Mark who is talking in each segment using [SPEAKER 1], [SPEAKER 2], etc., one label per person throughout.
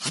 [SPEAKER 1] 8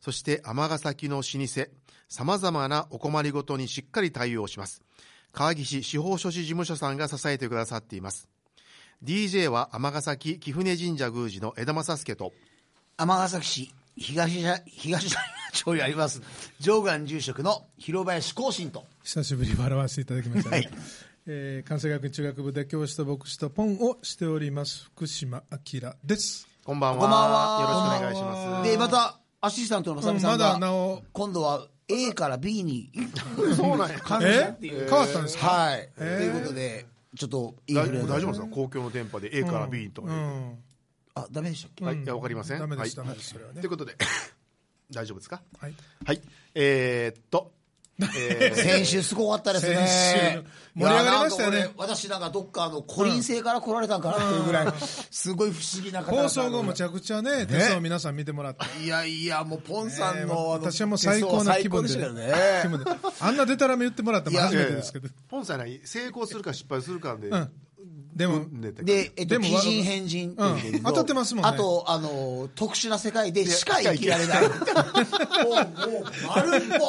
[SPEAKER 2] そして尼崎の老舗、さまざまなお困りごとにしっかり対応します。川岸司法書士事務所さんが支えてくださっています。DJ は尼崎貴船神社宮司の枝正助と、
[SPEAKER 1] 尼崎市東社東社町にあります上岸住職の広林光信と
[SPEAKER 3] 久しぶりに笑わせていただきましたね、
[SPEAKER 1] はい
[SPEAKER 3] えー関西学院中学部で教師と牧師とポンをしております福島明です
[SPEAKER 2] こんばんは。
[SPEAKER 1] こんばんは
[SPEAKER 2] よろしくお願いします。
[SPEAKER 1] でまたアシスタントのまさみさんが、
[SPEAKER 3] うんまだなお
[SPEAKER 1] 今度は A から B に
[SPEAKER 2] そうなんや。
[SPEAKER 1] 感染
[SPEAKER 3] え
[SPEAKER 1] っていう
[SPEAKER 3] 変わったんですか、
[SPEAKER 1] はい、ということでちょっとイン
[SPEAKER 2] 大
[SPEAKER 1] フルエンザ
[SPEAKER 2] 丈夫ですか公共の電波で A から B とか
[SPEAKER 3] う
[SPEAKER 2] 言う、
[SPEAKER 3] ん、
[SPEAKER 1] あダメでしたっけ、
[SPEAKER 2] はい、いや、わかりません。
[SPEAKER 3] ダメでした、
[SPEAKER 2] はい
[SPEAKER 3] ダメですそれはね
[SPEAKER 2] ということで、 大丈夫ですか
[SPEAKER 3] はい
[SPEAKER 2] はい。えー、っと、えー
[SPEAKER 1] 先週すごかったですね
[SPEAKER 3] 先週盛り上がりましたよね
[SPEAKER 1] いやなんか俺私なんかどっかあのコリン星から来られたんかなっていうぐらいすごい不思議な方々
[SPEAKER 3] 放送後むちゃくちゃね手相を皆さん見てもらって、
[SPEAKER 1] いやいやもうポンさんの,、
[SPEAKER 3] ね
[SPEAKER 1] あの
[SPEAKER 3] 私はもう最高な気分で
[SPEAKER 1] 手相は最高でしたよね
[SPEAKER 3] 気分であんなでたらめ言ってもらったの初めてですけど、
[SPEAKER 2] ポンさん何成功するか失敗するかで、
[SPEAKER 3] うん、でも、
[SPEAKER 2] ねて
[SPEAKER 1] で、えっと、
[SPEAKER 3] でも
[SPEAKER 1] 奇人変人っていうんだけど
[SPEAKER 3] うん当たってますもんね
[SPEAKER 1] あと、あの、特殊な世界でしか生きられない。もう、もう、丸っ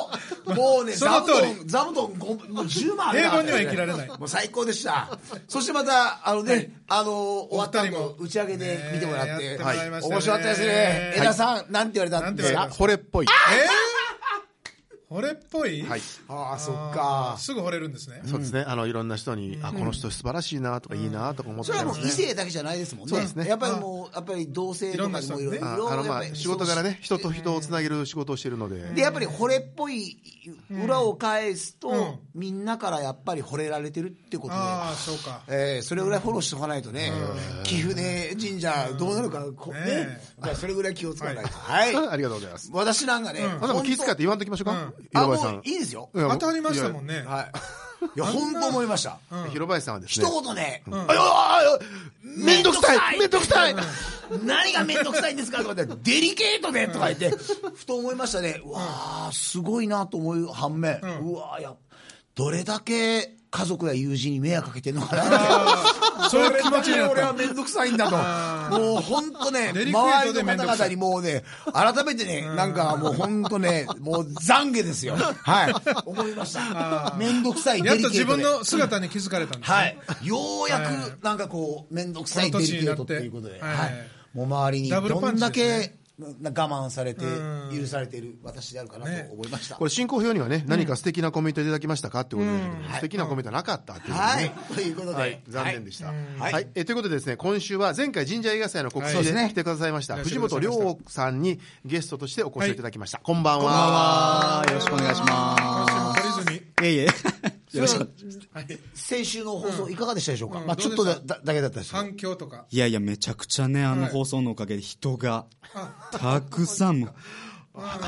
[SPEAKER 1] ぽ。もうね、
[SPEAKER 3] そ
[SPEAKER 1] 座
[SPEAKER 3] の
[SPEAKER 1] 布
[SPEAKER 3] 通り
[SPEAKER 1] 団、座布団ごもう10万ある
[SPEAKER 3] 平
[SPEAKER 1] な
[SPEAKER 3] 凡には生きられない
[SPEAKER 1] もう最高でした。そしてまた、あのね、あの、終わった後、打ち上げで見てもらって、
[SPEAKER 3] ねやっても
[SPEAKER 1] は
[SPEAKER 3] ら
[SPEAKER 1] い
[SPEAKER 3] い
[SPEAKER 1] 面
[SPEAKER 3] ましたね
[SPEAKER 1] 白かったですね。江田さん、なんて言われたんです
[SPEAKER 3] な
[SPEAKER 2] あ
[SPEAKER 3] ん
[SPEAKER 1] か
[SPEAKER 3] て
[SPEAKER 2] 惚れっぽい。
[SPEAKER 3] 惚れっぽい、
[SPEAKER 2] はい。
[SPEAKER 1] ああ、そっ
[SPEAKER 3] あー
[SPEAKER 1] か。
[SPEAKER 3] すぐ惚れるんですね
[SPEAKER 2] そうですね。あの、いろんな人に、あ、この人素晴らしいなとか、いいなとか思っ
[SPEAKER 1] そ
[SPEAKER 2] て
[SPEAKER 1] れはもう
[SPEAKER 2] ます
[SPEAKER 1] 異
[SPEAKER 2] ね。
[SPEAKER 1] 性だけじゃないですもんね。
[SPEAKER 2] そうですね
[SPEAKER 1] やっぱりもう、やっぱり同性とかにもいろいろ。
[SPEAKER 3] いろんな人
[SPEAKER 2] ああの、まあ、仕事から
[SPEAKER 1] ね
[SPEAKER 2] ね、人と人をつなげる仕事をしているので。
[SPEAKER 1] でやっぱり惚れっぽい裏を返すと、
[SPEAKER 3] ん
[SPEAKER 1] みんなからやっぱり惚れられてるってことで、
[SPEAKER 3] ああそうか
[SPEAKER 1] えーそれぐらいフォローしておかないとね、貴船神社どうなるか、こね
[SPEAKER 3] ねえ
[SPEAKER 1] やっぱりそれぐらい気をつかないと、はい
[SPEAKER 2] あありがとうございます。
[SPEAKER 1] 私なんかね、
[SPEAKER 2] あ、でも
[SPEAKER 1] 本当
[SPEAKER 2] 気遣って言わんときましょうか。
[SPEAKER 1] あ
[SPEAKER 2] 広
[SPEAKER 1] も
[SPEAKER 2] 林さ。
[SPEAKER 1] うんいいですよ、
[SPEAKER 2] いや
[SPEAKER 3] 当たりましたもんね
[SPEAKER 1] はい、いや本当思いました、
[SPEAKER 2] いや広林さんはですね。
[SPEAKER 1] 一言ね、
[SPEAKER 2] あいやあいやめんどくさいめ
[SPEAKER 1] め
[SPEAKER 2] んどくさい
[SPEAKER 1] 何がめんどくさいんですかとか言って、デリケートでとか言って、ふと思いましたね、うわあ、すごいなと思う反面、うわあ、いや、どれだけ家族や友人に迷惑かけてるのかな
[SPEAKER 3] そういう気持ちになっ
[SPEAKER 1] 俺は
[SPEAKER 3] た
[SPEAKER 1] めんどくさいんだと、もう本当ね、周
[SPEAKER 3] デ
[SPEAKER 1] り
[SPEAKER 3] リケ
[SPEAKER 1] の
[SPEAKER 3] ートで面
[SPEAKER 1] 方
[SPEAKER 3] 倒く
[SPEAKER 1] 々
[SPEAKER 3] さい
[SPEAKER 1] にもうね、改めてね、なんかもう本当ね、もう懺悔ですよ、はい、思いました、めんどくさい、デ
[SPEAKER 3] やっ
[SPEAKER 1] リケート
[SPEAKER 3] と
[SPEAKER 1] で
[SPEAKER 3] 自分の姿に気づかれたんですね、
[SPEAKER 1] はい、ようやくなんかこう面倒くさいデリケートっていうことで、
[SPEAKER 3] この年に
[SPEAKER 1] は
[SPEAKER 3] なっ
[SPEAKER 1] いもう周りに
[SPEAKER 3] てはい、ダブル
[SPEAKER 1] ど
[SPEAKER 3] パン
[SPEAKER 1] ん
[SPEAKER 3] チ
[SPEAKER 1] だ
[SPEAKER 3] です
[SPEAKER 1] けな我慢されて
[SPEAKER 3] うん
[SPEAKER 1] 許されている私であるかなと思いました。
[SPEAKER 2] これ進行表にはね、何か素敵なコメントいただきましたかってことなんだけど、素敵なコメントなかったっていうのね
[SPEAKER 1] はい、ということで、
[SPEAKER 2] はい、残念でした。はい
[SPEAKER 1] はい
[SPEAKER 2] はいえということでですね、今週は前回神社映画祭の告
[SPEAKER 3] は
[SPEAKER 2] 知で
[SPEAKER 3] いそうです
[SPEAKER 2] 来てくださいました、
[SPEAKER 3] いらっし
[SPEAKER 2] 藤
[SPEAKER 3] ゃいませ
[SPEAKER 2] 本涼さんにゲストとしてお越しいただきました。こんばんは。
[SPEAKER 4] あーよろしくお願いしま
[SPEAKER 3] 今週も懲りずに
[SPEAKER 4] す。いえいえ。よろしく。
[SPEAKER 1] 先週の放送いかがでしたでしょうか。
[SPEAKER 3] うん
[SPEAKER 1] まあちょっと
[SPEAKER 3] どう
[SPEAKER 1] だ
[SPEAKER 3] でし
[SPEAKER 1] だだけだったし。
[SPEAKER 3] 反響とか
[SPEAKER 4] いやいや、めちゃくちゃね、あの
[SPEAKER 3] はい
[SPEAKER 4] 放送のおかげで人が、たくさんも、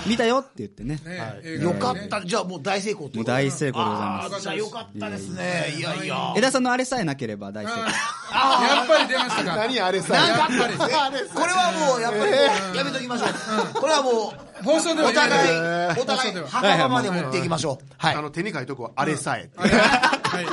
[SPEAKER 4] 見たよって言ってね。
[SPEAKER 3] ね、映画
[SPEAKER 1] よ
[SPEAKER 3] ね
[SPEAKER 1] かった、じゃあもう大成功という
[SPEAKER 4] もう
[SPEAKER 1] ことで。
[SPEAKER 4] 大成功でござい
[SPEAKER 1] あ
[SPEAKER 4] ます。
[SPEAKER 1] あ、よかったですね。いやいや。
[SPEAKER 4] 江田さんのあれさえなければ大成功。
[SPEAKER 3] やっぱり出ましたか
[SPEAKER 2] 何あれさ。
[SPEAKER 1] なんか
[SPEAKER 3] やっぱり
[SPEAKER 1] これはもうやっぱりもうやめときましょう。これはもう
[SPEAKER 3] 放送では
[SPEAKER 1] お互い
[SPEAKER 3] は
[SPEAKER 1] お互い
[SPEAKER 3] 放送では
[SPEAKER 1] 墓場まで持っていきましょう。はい
[SPEAKER 2] あ。の手に書いとこはあれさえっていう、
[SPEAKER 3] いはい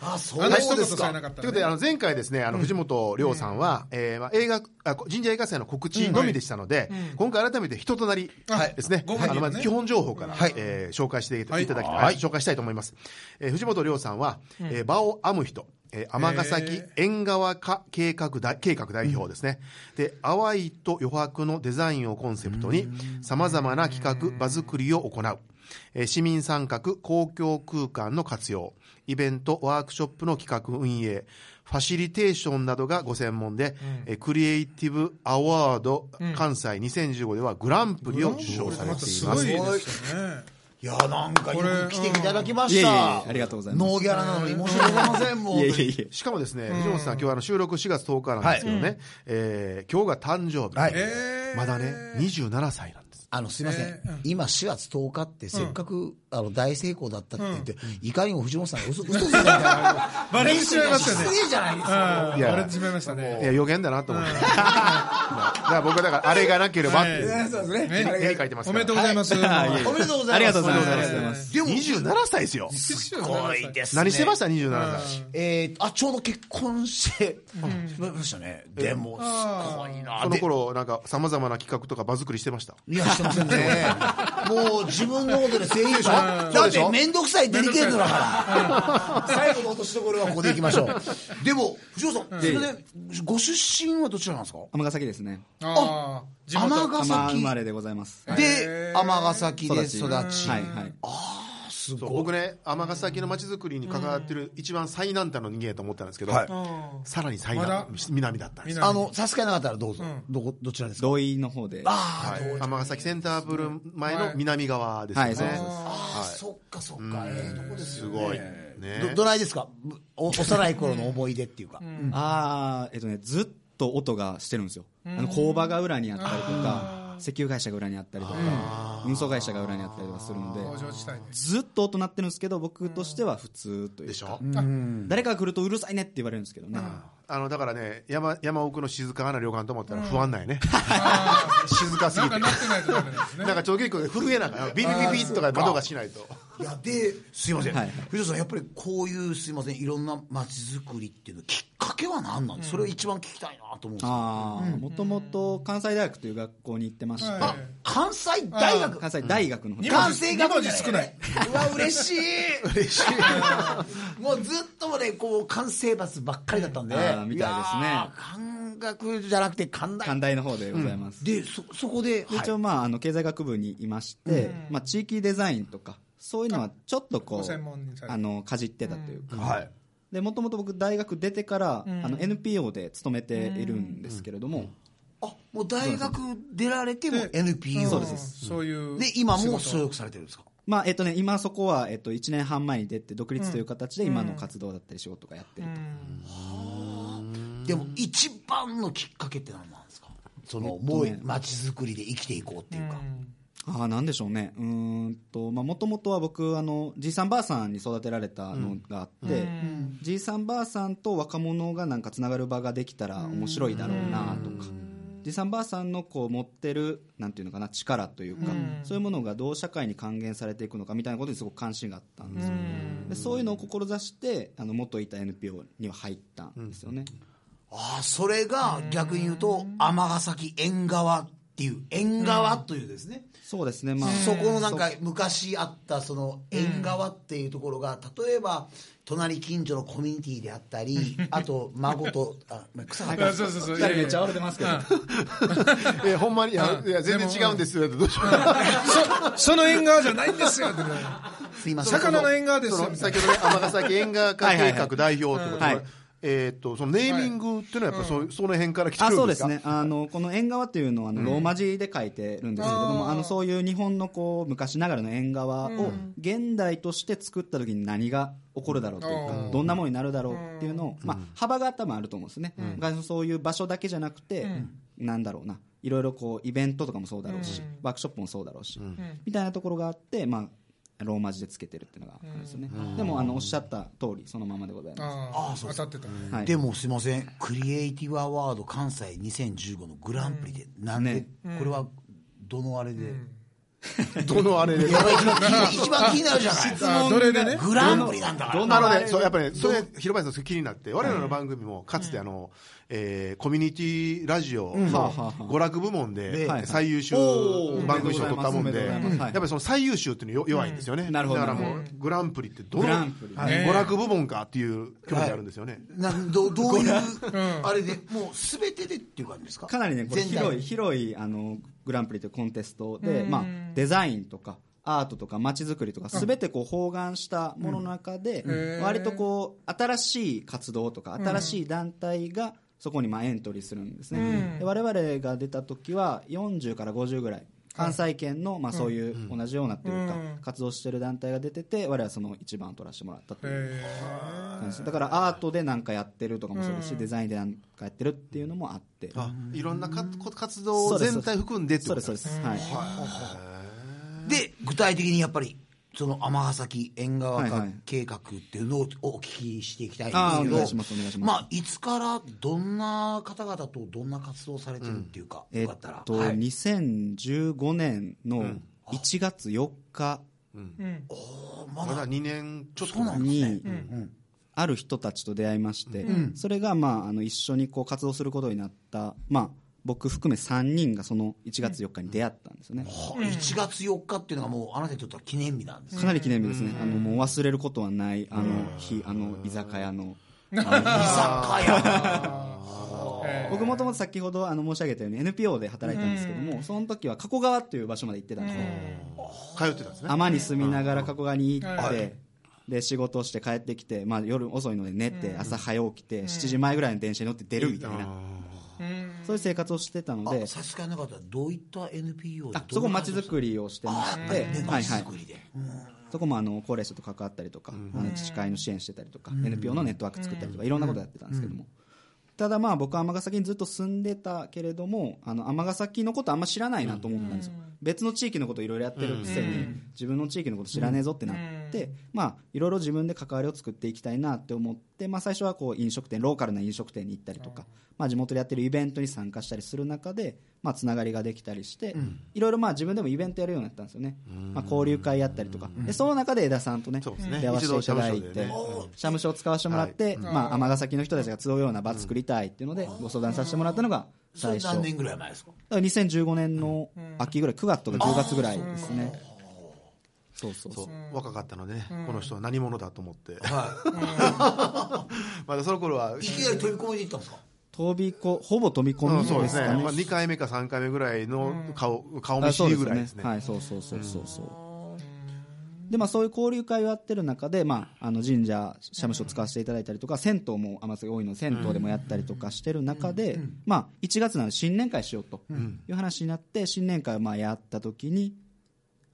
[SPEAKER 1] あ、そ
[SPEAKER 3] あ
[SPEAKER 1] う
[SPEAKER 3] の
[SPEAKER 1] で
[SPEAKER 3] 一言
[SPEAKER 1] す
[SPEAKER 3] さえな
[SPEAKER 1] か。
[SPEAKER 3] かっ
[SPEAKER 2] と
[SPEAKER 3] た
[SPEAKER 2] いうこと
[SPEAKER 3] ら
[SPEAKER 2] で、
[SPEAKER 3] ね
[SPEAKER 2] あの前回ですね、あの藤本涼さんは、えーまあ映画あこ神社映画祭の告知のみでしたので、今回改めて人となり
[SPEAKER 3] はい
[SPEAKER 2] ですね、
[SPEAKER 3] ご本人
[SPEAKER 2] あのま
[SPEAKER 3] のね
[SPEAKER 2] ず基本情報から、えー紹介していただきたい、はい紹介したいと思います。えー藤本涼さんは、えー場を編む人。えー尼崎縁側化計画大計画代表ですね、で淡いと余白のデザインをコンセプトにさまざまな企画場作りを行うえー市民参画公共空間の活用イベントワークショップの企画運営ファシリテーションなどがご専門で、えークリエイティブアワード関西2015ではグランプリを受賞されてい
[SPEAKER 3] す
[SPEAKER 2] ま
[SPEAKER 3] ご
[SPEAKER 2] す、
[SPEAKER 3] いですよね
[SPEAKER 1] いやなんかよ
[SPEAKER 3] これ
[SPEAKER 1] く来ていただきま
[SPEAKER 4] いえ
[SPEAKER 1] し
[SPEAKER 4] いえいえ
[SPEAKER 1] た
[SPEAKER 4] ありがとうございます
[SPEAKER 1] ノーギャラなのに申し訳ありませんもう
[SPEAKER 4] いえいえいえ
[SPEAKER 2] しかもですね、藤本さん、今日はあの収録4月10日なんですけどね、えー今日が誕生日、
[SPEAKER 1] はい
[SPEAKER 3] えー
[SPEAKER 2] まだね、27歳なんです。
[SPEAKER 1] あのすいません、
[SPEAKER 3] えーうん
[SPEAKER 1] 今4月10日ってせっかく、あの大成功だったって言って、いかにも藤本さんが嘘嘘ついたみたい な
[SPEAKER 3] バレてしまいますよね
[SPEAKER 1] 失礼じゃないですか
[SPEAKER 3] ああ
[SPEAKER 2] いや
[SPEAKER 3] バレてしまいましたね
[SPEAKER 2] いや、予言だなと思 って。だから僕はだから、あれがなければっていう。
[SPEAKER 1] そうですね
[SPEAKER 2] 絵に絵に描いてます
[SPEAKER 3] お
[SPEAKER 2] か
[SPEAKER 3] め
[SPEAKER 2] ら
[SPEAKER 3] でとう。ございます。
[SPEAKER 4] はい
[SPEAKER 1] おめでとうございます
[SPEAKER 4] ありがとうございます。
[SPEAKER 3] お
[SPEAKER 4] あ
[SPEAKER 3] め
[SPEAKER 4] り
[SPEAKER 3] でとうござい
[SPEAKER 4] がとうござい
[SPEAKER 3] ま
[SPEAKER 4] ますす。
[SPEAKER 1] でも
[SPEAKER 2] 27歳ですよ。
[SPEAKER 1] すごいですね
[SPEAKER 2] 何してました ?27 歳。
[SPEAKER 1] えー、あちょうど結婚して、 しまいましたね、でも、すごいな、
[SPEAKER 2] その
[SPEAKER 1] で
[SPEAKER 2] 頃、なんか、様々な企画とか場作りしてました。
[SPEAKER 1] いや、してませんね、もう自分のことで精一杯、だ
[SPEAKER 2] う
[SPEAKER 1] っ
[SPEAKER 2] でしょ
[SPEAKER 1] て、面倒くさい、デリケートだから、最後の落としどころはここでいきましょう、でも、藤尾さん、それで、ご出身はどちらなんですか
[SPEAKER 4] 尼崎ですね。
[SPEAKER 3] あー地
[SPEAKER 1] 尼
[SPEAKER 3] 元
[SPEAKER 4] 尼生
[SPEAKER 1] 崎
[SPEAKER 4] まれでございます。はい
[SPEAKER 1] で、尼崎で育ち、
[SPEAKER 4] はいはい。
[SPEAKER 1] す
[SPEAKER 2] そう
[SPEAKER 1] ごい
[SPEAKER 2] 僕ね、尼崎の街づくりに関わってる一番最南端の人間やと思ったんですけど、
[SPEAKER 1] はい
[SPEAKER 2] さらに最
[SPEAKER 3] まだ
[SPEAKER 2] 南、南だったんです。
[SPEAKER 1] あの、差し支えなかったらどうぞ、どこどちらですか
[SPEAKER 4] 同意の方で。
[SPEAKER 1] あ
[SPEAKER 2] はい尼崎センターブル前の南側ですよ
[SPEAKER 4] はい
[SPEAKER 2] ね。
[SPEAKER 4] そうです
[SPEAKER 1] あ、あーそっかそっか、ええとこですよ
[SPEAKER 2] す
[SPEAKER 1] ね
[SPEAKER 2] ごい。
[SPEAKER 1] ど
[SPEAKER 2] ね
[SPEAKER 1] どないですかぶお幼い頃の思い出っていうか、
[SPEAKER 4] あーえっとねずっと音がしてるんですよあの工場が裏にあったりとか石油会社が裏にあったりとか運送会社が裏にあったりとかするんで
[SPEAKER 3] 工場地帯で。
[SPEAKER 4] ずっと音鳴ってるんですけど僕としては普通という
[SPEAKER 2] でしょ
[SPEAKER 4] 誰かが来るとうるさいねって言われるんですけどね
[SPEAKER 2] あのだからね山山奥の静かな旅館と思ったら不安なんやね、 静かす
[SPEAKER 3] なん
[SPEAKER 2] ぎて
[SPEAKER 3] かなってないとダメなんですね。
[SPEAKER 2] なんかちょっと結構震えながらビビビビビとか窓がしないと
[SPEAKER 1] いやですいません、
[SPEAKER 4] はい
[SPEAKER 1] 藤田さんやっぱりこういうすいませんいろんな街づくりっていうのきっかけは何なんですか、それを一番聞きたいなと思うんですよ
[SPEAKER 4] ああもともと関西大学という学校に行ってまして
[SPEAKER 3] は
[SPEAKER 1] あ関西大学
[SPEAKER 4] 関西大学の方に
[SPEAKER 1] 関西学
[SPEAKER 3] 二文字少ないう
[SPEAKER 1] わ嬉しい嬉しいもうずっともねこう関西バスばっかりだったんで
[SPEAKER 4] あーみたいですね
[SPEAKER 1] やー関学じゃなくて関大
[SPEAKER 4] 関大の方でございます
[SPEAKER 1] でそそこで、
[SPEAKER 4] で
[SPEAKER 1] はい
[SPEAKER 4] 一応まああの経済学部にいましてまあ地域デザインとかそういうのはちょっとこ
[SPEAKER 3] ご専門にされ
[SPEAKER 4] う
[SPEAKER 3] て
[SPEAKER 4] あのかじってたというか
[SPEAKER 1] はい
[SPEAKER 4] でもともと僕大学出てから、あの NPO で勤めているんですけれども、
[SPEAKER 1] あもう大学出られても
[SPEAKER 3] で
[SPEAKER 1] NPO
[SPEAKER 4] そうです
[SPEAKER 3] んそういう。
[SPEAKER 1] で今も所属されてるんですか
[SPEAKER 4] まあえっとね、今そこは、えっと、1年半前に出て独立という形で今の活動だったり仕事がやってると、
[SPEAKER 1] でも一番のきっかけって何なんですかそのもう街づくりで生きていこうっていうか、
[SPEAKER 4] ああなんでしょうねうーんともともとは僕あのじいさんばあさんに育てられたのがあって、じいさんばあさんと若者がなんかつながる場ができたら面白いだろうなとか、じいさんばあさんのこう持ってるなんていうのかな力というか、そういうものがどう社会に還元されていくのかみたいなことにすごく関心があったんですよ、でそういうのを志してあの元いた NPO には入ったんですよね、
[SPEAKER 1] ああそれが逆に言うと尼崎縁側っていう縁側というですね、
[SPEAKER 4] そうですねまあ
[SPEAKER 1] そこのなんか昔あったその縁側っていうところが例えば隣近所のコミュニティであったりあと孫とあ草が
[SPEAKER 3] あそうそうそう。
[SPEAKER 4] めっちゃ笑ってますけど、
[SPEAKER 2] えほんまにいやいや全然違うんですよどうしよう
[SPEAKER 3] そその縁側じゃないんですよってね。
[SPEAKER 1] すいません
[SPEAKER 3] 魚の縁側ですよ
[SPEAKER 2] そ。の先ほどね尼崎縁側化計画代表ってことで、
[SPEAKER 4] はいはいはい
[SPEAKER 2] えーっとそのネーミングっていうのはやっぱそうその辺から来て
[SPEAKER 4] あ
[SPEAKER 2] る
[SPEAKER 4] そ
[SPEAKER 2] ん
[SPEAKER 4] う
[SPEAKER 2] で
[SPEAKER 4] ですす
[SPEAKER 2] か
[SPEAKER 4] ねあのこの縁側っていうのはあのローマ字で書いてるんですけれども、あのそういう日本のこう昔ながらの縁側を現代として作った時に何が起こるだろうというか、どんなものになるだろうっていうのを、まあ、幅が多分あると思うんですね、昔のそういう場所だけじゃなくて、なんだろうないろいろこうイベントとかもそうだろうし、ワークショップもそうだろうし、みたいなところがあって、まあ、ローマ字でつけてるっていうのがあるんですよね、でもあのおっしゃった通りそのままでございます
[SPEAKER 3] ああ、当たってた。
[SPEAKER 4] はい
[SPEAKER 1] でもすいませんクリエイティブアワード関西2015のグランプリで、なんで、これはどのあれで、
[SPEAKER 2] どのあれで
[SPEAKER 1] やばい一番気に一番気になるじゃないですか
[SPEAKER 3] あどれでね。
[SPEAKER 1] グランプリなんだから
[SPEAKER 2] あのね、そうやっぱり、ね、それ広林さんすごい気になって我々の番組もかつてあの、えーコミュニティラジオの娯楽部門で
[SPEAKER 4] はい
[SPEAKER 2] 最優秀
[SPEAKER 4] おー
[SPEAKER 2] 番組賞を取ったもんで
[SPEAKER 4] おめでとうございます
[SPEAKER 2] うんやっぱりその最優秀っていうのよ弱いんですよね
[SPEAKER 4] んなるほど
[SPEAKER 2] だからもうグランプリってどの
[SPEAKER 4] グランプリ
[SPEAKER 2] はい娯楽部門かっていう興味があるんですよね。
[SPEAKER 1] なんどどういうあれでもう全てでっていう感じですか
[SPEAKER 4] かなりねこれ
[SPEAKER 1] 全体
[SPEAKER 4] 広い広いあのグランプリというコンテストで、まあ、デザインとかアートとか街づくりとか全てこう包含したものの中で、
[SPEAKER 3] へー
[SPEAKER 4] 割とこう新しい活動とか新しい団体がそこにまあエントリーするんですね、で我々が出た時は40から50ぐらい関西圏の、まあ、そういう同じようなというか、
[SPEAKER 3] うん
[SPEAKER 4] 活動してる団体が出てて我々はその一番を取らせてもらったという
[SPEAKER 3] へー
[SPEAKER 4] 感じだからアートで何かやってるとかもそうですし、デザインで何かやってるっていうのもあって
[SPEAKER 2] あいろんなか活動全体含んでって
[SPEAKER 4] そう
[SPEAKER 2] こと
[SPEAKER 4] ですそうです、はい
[SPEAKER 1] で具体的にやっぱりその尼崎縁側
[SPEAKER 4] はいは
[SPEAKER 1] 化
[SPEAKER 4] い
[SPEAKER 1] 計画っていうのをお聞きしていきたいん
[SPEAKER 4] あーお願
[SPEAKER 1] で
[SPEAKER 4] い
[SPEAKER 1] す
[SPEAKER 4] しますお願い
[SPEAKER 1] け
[SPEAKER 4] し
[SPEAKER 1] ど
[SPEAKER 4] ま
[SPEAKER 1] ま
[SPEAKER 4] す
[SPEAKER 1] あいつからどんな方々とどんな活動されてるっていうか、
[SPEAKER 4] え
[SPEAKER 1] よかったら、
[SPEAKER 4] っと、
[SPEAKER 1] はい
[SPEAKER 4] 2015年の1月4日
[SPEAKER 1] ま
[SPEAKER 2] ま
[SPEAKER 1] だ
[SPEAKER 2] だ2年ちょっと
[SPEAKER 1] そうなんです
[SPEAKER 4] に、
[SPEAKER 1] ね
[SPEAKER 4] ある人たちと出会いまして、それが、まあ、あの一緒にこう活動することになった、まあ、僕含め3人がその1月4日に出会ったんですよね、
[SPEAKER 1] は1月4日っていうのがもうあなたにとっては記念日なんですね
[SPEAKER 4] かなり記念日ですね、あのもう忘れることはないあの日あの居酒屋の。 あ
[SPEAKER 1] 居酒屋
[SPEAKER 4] の僕もともと先ほどあの申し上げたように NPO で働いてたんですけども、その時は加古川っていう場所まで行ってたんですよ、
[SPEAKER 2] 通ってたんですね
[SPEAKER 4] 浜に住みながら加古川に行っ
[SPEAKER 3] は
[SPEAKER 4] て、で仕事をして帰ってきて、まあ、夜遅いので寝て、朝早起きて、7時前ぐらいの電車に乗って出るみたいな、そういう生活をしてたので
[SPEAKER 1] あ差し支えなかったらどういった NPO で
[SPEAKER 4] あそこまちづくりをしてまして、
[SPEAKER 1] で
[SPEAKER 4] はい
[SPEAKER 1] 町
[SPEAKER 4] は
[SPEAKER 1] づ
[SPEAKER 4] い
[SPEAKER 1] く、りで、
[SPEAKER 4] そこもあの高齢者と関わったりとか、あの自治会の支援してたりとか、NPO のネットワーク作ったりとか、いろんなことやってたんですけども。ただまあ僕は尼崎にずっと住んでたけれどもあの尼崎のことあんま知らないなと思ったんですよ、別の地域のこといろいろやってるくせに、自分の地域のこと知らねえぞってなって、まあいろいろ自分で関わりを作っていきたいなって思って、まあ、最初はこう飲食店ローカルな飲食店に行ったりとか、まあ、地元でやってるイベントに参加したりする中で、まあ、つながりができたりして、いろいろまあ自分でもイベントやるようになったんですよね、まあ、交流会やったりとか、でその中で江田さんとね
[SPEAKER 2] そうですね
[SPEAKER 4] 出会わせていただいて、
[SPEAKER 2] 一度社務所でね
[SPEAKER 4] 社務所を使わせてもらって、まあ、尼崎の人たちが集うような場作りたいっていうので、ご相談させてもらったのが
[SPEAKER 1] それ
[SPEAKER 4] 最初。
[SPEAKER 1] 何年ぐらい前 ですか
[SPEAKER 4] だから2015年の秋ぐらい、9月とか10月ぐらいですね。そうそう
[SPEAKER 2] そ
[SPEAKER 4] そう
[SPEAKER 2] 若かったのでねこの人は何者だと思って
[SPEAKER 1] は
[SPEAKER 2] まだその頃はい
[SPEAKER 1] いきなり飛び込んでいったんですか
[SPEAKER 4] 飛びこ、ほぼ飛び込
[SPEAKER 2] う
[SPEAKER 4] み
[SPEAKER 2] んそう
[SPEAKER 4] で
[SPEAKER 2] ですすね
[SPEAKER 4] かね。
[SPEAKER 2] まあ2回目か3回目ぐらいの顔顔
[SPEAKER 4] あ
[SPEAKER 2] 見知
[SPEAKER 4] そう
[SPEAKER 2] りぐらいですね
[SPEAKER 4] はい、そうそうそうそうそう。でまあ、そういう交流会をやってる中で、まあ、あの神社、社務所を使わせていただいたりとか、銭湯も天崎多いので、銭湯でもやったりとかしてる中で、まあ、1月なので新年会しようという話になって、新年会をまあやった時に、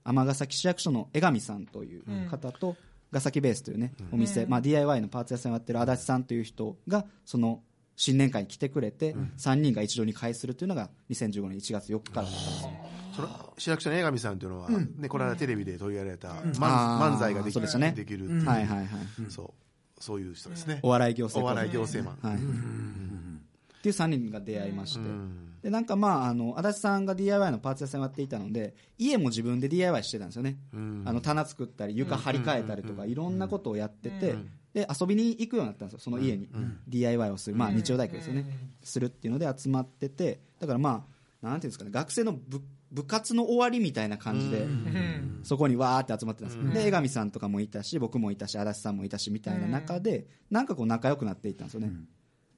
[SPEAKER 4] 尼崎市役所の江上さんという方と、ガサキベースというね、お店、まあ、DIY のパーツ屋さんをやってる足立さんという人が、その新年会に来てくれて、3人が一堂に会するというのが、2015年1月4日からだったんですよ。
[SPEAKER 2] その市役所の江上さんというのは、ね、この間テレビで取り上げられた漫,、
[SPEAKER 4] あー
[SPEAKER 2] 漫才ができ
[SPEAKER 4] そうでしたね
[SPEAKER 2] できるっていう、
[SPEAKER 4] はいはいはい。
[SPEAKER 2] そうそういう人ですね、
[SPEAKER 4] お笑い行政
[SPEAKER 2] お
[SPEAKER 4] 講座
[SPEAKER 2] 笑い行政マン、
[SPEAKER 4] はい、っていう3人が出会いまして、
[SPEAKER 2] ん
[SPEAKER 4] でなんかまああの足立さんが DIY のパーツ屋さんをやっていたので家も自分で DIY してたんですよね、あの棚作ったり床張り替えたりとか、いろんなことをやってて、で遊びに行くようになったんですよその家に、DIY をする、まあ、日曜大工ですよね、するっていうので集まっててだからまあなんていうんですかね学生の部部活の終わりみたいな感じで、そこにわーって集まってたんですよ、で江上さんとかもいたし僕もいたし足立さんもいたしみたいな中で、なんかこう仲良くなっていったんですよね、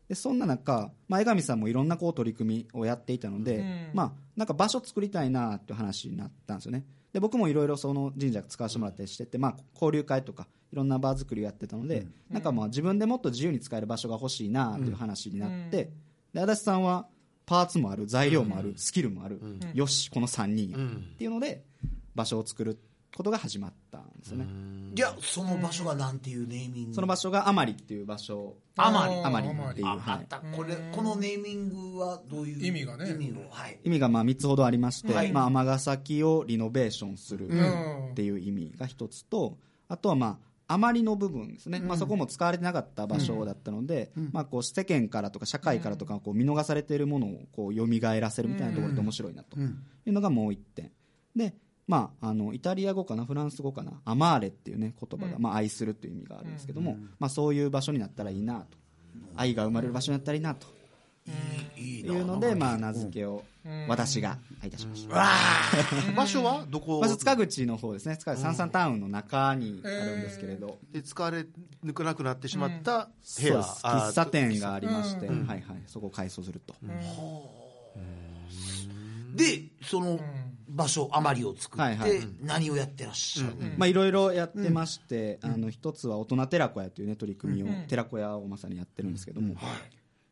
[SPEAKER 4] でそんな中、まあ、江上さんもいろんなこう取り組みをやっていたので、まあ、なんか場所作りたいなっていう話になったんですよねで僕もいろいろその神社使わせてもらったりしてて、まあ、交流会とかいろんな場作りをやってたので、なんかまあ自分でもっと自由に使える場所が欲しいなっていう話になって、で足立さんはパーツもある材料もある、スキルもある、よしこの3人や、っていうので場所を作ることが始まったんですよね、
[SPEAKER 1] いやその場所がなんていうネーミング
[SPEAKER 4] その場所が余りっていう場所
[SPEAKER 1] あまり
[SPEAKER 4] 余りっていう、
[SPEAKER 1] あ
[SPEAKER 4] は
[SPEAKER 1] ま
[SPEAKER 4] い
[SPEAKER 1] たこれこのネーミングはどういう
[SPEAKER 3] 意味がね
[SPEAKER 1] 意味をはい
[SPEAKER 4] 意味がまあ3つほどありまして、
[SPEAKER 1] はい
[SPEAKER 4] まあ、尼崎をリノベーションする
[SPEAKER 3] ん
[SPEAKER 4] っていう意味が1つとあとはまあ余りの部分ですね、まあ、そこも使われてなかった場所だったので、まあ、こう世間からとか社会からとかこう見逃されているものをこう蘇らせるみたいなところで面白いなというのがもう1点で、まあ、あのイタリア語かなフランス語かなアマーレっていう、ね、言葉が、まあ、愛するという意味があるんですけども、まあ、そういう場所になったらいいなと愛が生まれる場所になったらいいなと
[SPEAKER 1] いいいい
[SPEAKER 4] いうので、まあ、名付けを私がいたしました。
[SPEAKER 1] わあ
[SPEAKER 2] 場所はどこ
[SPEAKER 4] まず塚口の方ですね塚口サンサンタウンの中にあるんですけれど、
[SPEAKER 2] で使われなくなってしまった部
[SPEAKER 4] そう
[SPEAKER 2] 屋、
[SPEAKER 4] です
[SPEAKER 2] あー
[SPEAKER 4] 喫茶店がありまして、はいはい、そこを改装すると、
[SPEAKER 1] でその場所余りを作
[SPEAKER 4] はい
[SPEAKER 1] っ
[SPEAKER 4] はい
[SPEAKER 1] て何をやってらっしゃる
[SPEAKER 4] まあ、いろいろやってまして、あの一つは大人寺子屋という、ね、取り組みを、寺子屋をまさにやってるんですけども、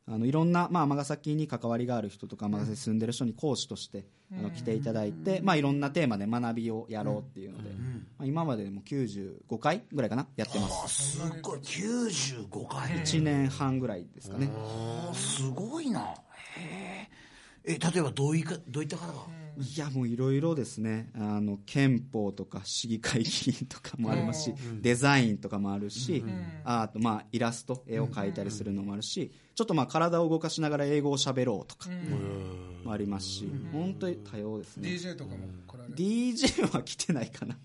[SPEAKER 4] あのいろんな、まあ、尼崎に関わりがある人とか尼崎に住んでる人に講師としてあの来ていただいて、まあ、いろんなテーマで学びをやろうっていうので、まあ、今まででも95回ぐらいかなやってます
[SPEAKER 1] すっごい95回
[SPEAKER 4] 1年半ぐらいですかね
[SPEAKER 1] あすごいなへええ例えばどういかどういった方が、
[SPEAKER 4] いやもういろいろですねあの憲法とか市議会議員とかもありますし、デザインとかもあるし、あとまあイラスト絵を描いたりするのもあるし、ちょっとまあ体を動かしながら英語をしゃべろうとかもありますし、本当に多様ですね、
[SPEAKER 3] DJ とかも来られる
[SPEAKER 4] DJ は来てないか な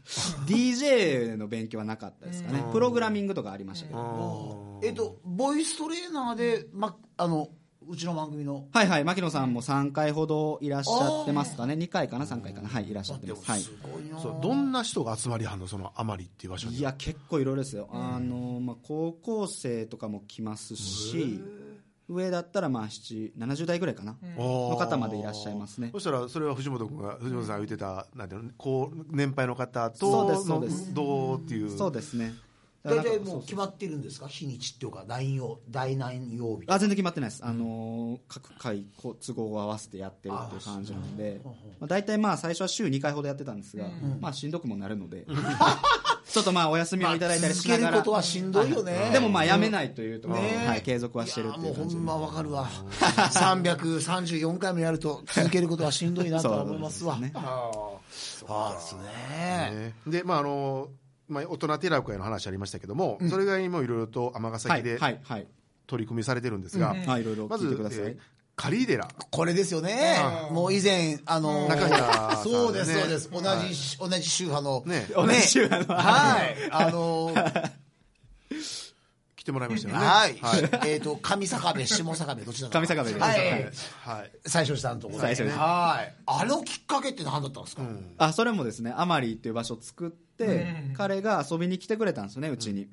[SPEAKER 4] DJ の勉強はなかったですかね、プログラミングとかありましたけど、
[SPEAKER 1] えっとボイストレーナーで、ま、あのうちの番組の
[SPEAKER 4] はいはい牧野さんも3回ほどいらっしゃってますかね2回かな3回かなはいいらっしゃってます、はい、
[SPEAKER 1] ごいな
[SPEAKER 2] そうどんな人が集まりはんのその余りっていう場所に
[SPEAKER 4] いや結構いろいろですよ、あのまあ、高校生とかも来ますし上だったらまあ7 70代ぐらいかな、の方までいらっしゃいますね
[SPEAKER 2] そしたらそれは藤本君が藤本さんが言ってたなんていうのこう年配の方
[SPEAKER 4] そう
[SPEAKER 2] と
[SPEAKER 4] ですそ
[SPEAKER 2] の
[SPEAKER 4] うです
[SPEAKER 2] どうっていう
[SPEAKER 4] そうですねだから
[SPEAKER 1] 大
[SPEAKER 4] な
[SPEAKER 1] 体
[SPEAKER 4] ん
[SPEAKER 1] もう
[SPEAKER 4] かそうそう
[SPEAKER 1] 決まってるんですか日にちっていうか第曜第何曜日
[SPEAKER 4] あ全然決まってないです、あのー各回こう都合を合わせてやってるっていう感じなので、まあ、大体まあ最初は週2回ほどやってたんですが、まあしんどくもなるので ちょっとまあお休みをいただいたりしながら、
[SPEAKER 1] まあ続けることはしんどいよね
[SPEAKER 4] はでもまあやめないというところで、
[SPEAKER 1] ねえ
[SPEAKER 4] はい、継続はしてるって
[SPEAKER 1] い
[SPEAKER 4] い
[SPEAKER 1] や
[SPEAKER 4] う
[SPEAKER 1] も
[SPEAKER 4] 感
[SPEAKER 1] う
[SPEAKER 4] じ
[SPEAKER 1] ほ
[SPEAKER 4] で
[SPEAKER 1] んまわかるわ334回もやる と続けることはしんどいなとは思いますわ
[SPEAKER 4] そうですね
[SPEAKER 1] ああですね
[SPEAKER 2] ねでまああのまあ、大人テラ会の話ありましたけども、それ以外にもいろいろと尼
[SPEAKER 4] は
[SPEAKER 2] 崎
[SPEAKER 4] い
[SPEAKER 2] で
[SPEAKER 4] はいはい、
[SPEAKER 2] 取り組みされてるんですが、
[SPEAKER 4] はい、いろいろ
[SPEAKER 2] ま
[SPEAKER 4] 聞いて
[SPEAKER 2] ず
[SPEAKER 4] ください、、
[SPEAKER 2] えーカリーデラ
[SPEAKER 1] これですよね
[SPEAKER 3] うん
[SPEAKER 1] もう以前あの
[SPEAKER 2] 中平さんね
[SPEAKER 1] そうですそうです同じし同じ宗派の
[SPEAKER 2] ね
[SPEAKER 4] 同じ宗派の
[SPEAKER 1] はいあの
[SPEAKER 2] 来てもらいましたよね。
[SPEAKER 1] はいえっと上坂部下坂部どちら
[SPEAKER 4] 上坂部です
[SPEAKER 1] は
[SPEAKER 4] はい
[SPEAKER 1] い
[SPEAKER 2] はい
[SPEAKER 1] 最初したんところ
[SPEAKER 4] 最初です
[SPEAKER 1] はいあのきっかけって何だったんですか
[SPEAKER 4] あそれもですねアマリーっていう場所を作って、彼が遊びに来てくれたんですよねうちに、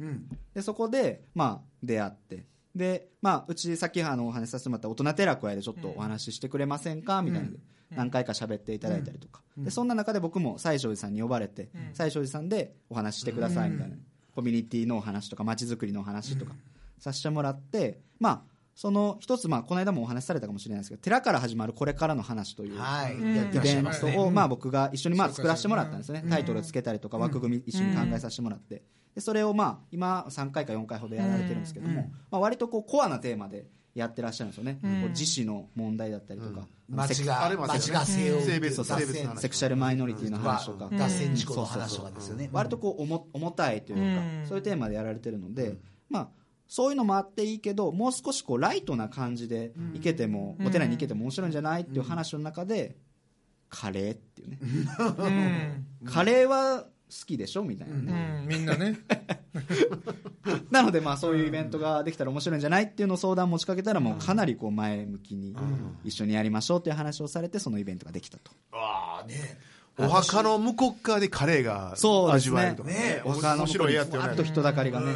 [SPEAKER 4] でそこで、まあ、出会ってで、まあ、うちさっきあのお話しさせてもらった大人寺子屋でちょっとお話ししてくれませんかみたいなので、何回か喋っていただいたりとか、でそんな中で僕も西庄寺さんに呼ばれて、西庄寺さんでお話ししてくださいみたいな、コミュニティのお話とか街づくりのお話とかさせてもらって、まあその一つ、まあ、この間もお話しされたかもしれないですけど寺から始まるこれからの話という、
[SPEAKER 1] はいやって
[SPEAKER 4] イ
[SPEAKER 1] らっし
[SPEAKER 4] ベ
[SPEAKER 1] ゃい
[SPEAKER 4] ン
[SPEAKER 1] ます
[SPEAKER 4] ト
[SPEAKER 1] ね
[SPEAKER 4] を、まあ、僕が一緒にまあ作らせてもらったんですね、タイトルつけたりとか枠組み一緒に考えさせてもらって、でそれをまあ今3回か4回ほどやられてるんですけども、まあ、割とこうコアなテーマでやってらっしゃるんですよね、こう自死の問題だったりとか、セ
[SPEAKER 1] 町
[SPEAKER 4] ク
[SPEAKER 1] が
[SPEAKER 2] あれもあったよね
[SPEAKER 1] 町が性を
[SPEAKER 2] 性別
[SPEAKER 4] そう
[SPEAKER 1] 脱
[SPEAKER 4] そ
[SPEAKER 2] 性別
[SPEAKER 4] う
[SPEAKER 2] の
[SPEAKER 1] 線
[SPEAKER 2] 話
[SPEAKER 4] セクシャルマイノリティの話とか、
[SPEAKER 1] は脱線事故の話とかですよね
[SPEAKER 4] 割とこう重重たいというか、そういうテーマでやられてるので、まあそういうのもあっていいけどもう少しこうライトな感じで行けても、お寺に行けても面白いんじゃないっていう話の中で、カレーっていうね
[SPEAKER 3] うん
[SPEAKER 4] カレーは好きでしょみたいな
[SPEAKER 3] う
[SPEAKER 4] ね、
[SPEAKER 3] んみんな ね
[SPEAKER 4] なのでまあそういうイベントができたら面白いんじゃないっていうのを相談持ちかけたらもうかなりこう前向きに一緒にやりましょうっていう話をされてそのイベントができたと、
[SPEAKER 1] ああね
[SPEAKER 2] お墓の向こう側でカレーが
[SPEAKER 4] そうです
[SPEAKER 2] 味
[SPEAKER 4] ね
[SPEAKER 2] わえるとか
[SPEAKER 1] ね
[SPEAKER 4] お墓の
[SPEAKER 2] 面
[SPEAKER 4] 向こ
[SPEAKER 2] 白
[SPEAKER 4] う
[SPEAKER 2] い
[SPEAKER 4] に
[SPEAKER 2] や
[SPEAKER 4] ふ
[SPEAKER 2] つよ
[SPEAKER 4] わ
[SPEAKER 2] ね
[SPEAKER 4] っと人だかりがね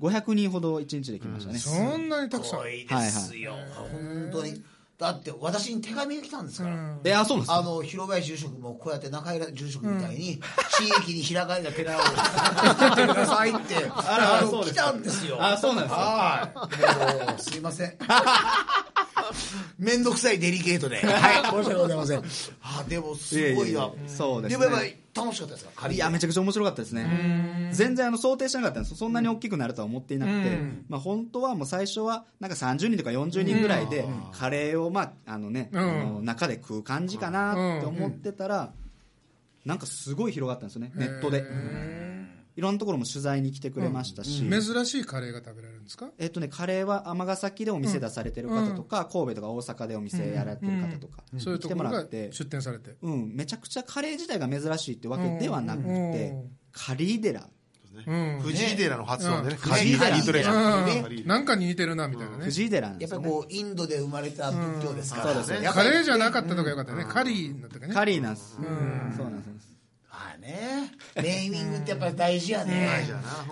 [SPEAKER 4] 500人ほど1日で来ましたね、
[SPEAKER 3] そんなにたくさん
[SPEAKER 1] 多いですよ本当にだって私に手紙が来たんですから、
[SPEAKER 4] えあそうなんですか
[SPEAKER 1] あの広林住職もこうやって中平住職みたいに地域に開かれた寺をやってくださいって
[SPEAKER 4] あら
[SPEAKER 1] あの
[SPEAKER 4] そうで
[SPEAKER 1] 来
[SPEAKER 4] すか
[SPEAKER 1] たんですよ
[SPEAKER 4] あそうなんですか
[SPEAKER 1] はいもうすいません面倒くさいデリケートで、はい、申し訳ございませんあでもすごいない
[SPEAKER 4] えいえいえそうです
[SPEAKER 1] も
[SPEAKER 4] ね
[SPEAKER 1] やっぱり楽しかったですか仮
[SPEAKER 4] いやめちゃくちゃ面白かったですね全然あの想定してなかったんですそんなに大きくなるとは思っていなくて、まあ、本当はもう最初はなんか30人とか40人ぐらいでカレーをまああの、ね
[SPEAKER 3] うん
[SPEAKER 4] あの中で食う感じかなって思ってたらなんかすごい広がったんですよねネットでいろんなところも取材に来てくれましたし、
[SPEAKER 3] 珍しいカレーが食べられるんですか
[SPEAKER 4] えっとね、カレーは尼崎でお店出されてる方とか、神戸とか大阪でお店やられてる方とか、
[SPEAKER 3] そういう
[SPEAKER 4] 来
[SPEAKER 3] と
[SPEAKER 4] て
[SPEAKER 3] こ
[SPEAKER 4] も
[SPEAKER 3] ろ
[SPEAKER 4] ら
[SPEAKER 3] が
[SPEAKER 4] って
[SPEAKER 3] 出店されて
[SPEAKER 4] うん、めちゃくちゃカレー自体が珍しいってわけではなくて、
[SPEAKER 3] うん
[SPEAKER 4] カリーデラ
[SPEAKER 3] うん
[SPEAKER 2] 藤井寺の発音でね、カ
[SPEAKER 1] ね
[SPEAKER 2] リーデラ
[SPEAKER 1] カリーデラ
[SPEAKER 3] う
[SPEAKER 2] ね
[SPEAKER 3] んなんかに似てるなみたいなね
[SPEAKER 4] 藤井寺なんで
[SPEAKER 1] やっぱ
[SPEAKER 4] すよ
[SPEAKER 1] り
[SPEAKER 4] ね
[SPEAKER 1] こうインドで生まれた仏教ですから、
[SPEAKER 4] うんそうですね
[SPEAKER 1] やっぱ
[SPEAKER 3] カ
[SPEAKER 1] り
[SPEAKER 3] レーじゃなかったとかよかったよねカリーのとかね
[SPEAKER 4] カリーなんです、そうなんです
[SPEAKER 1] はいねネーミングってやっぱり大事やね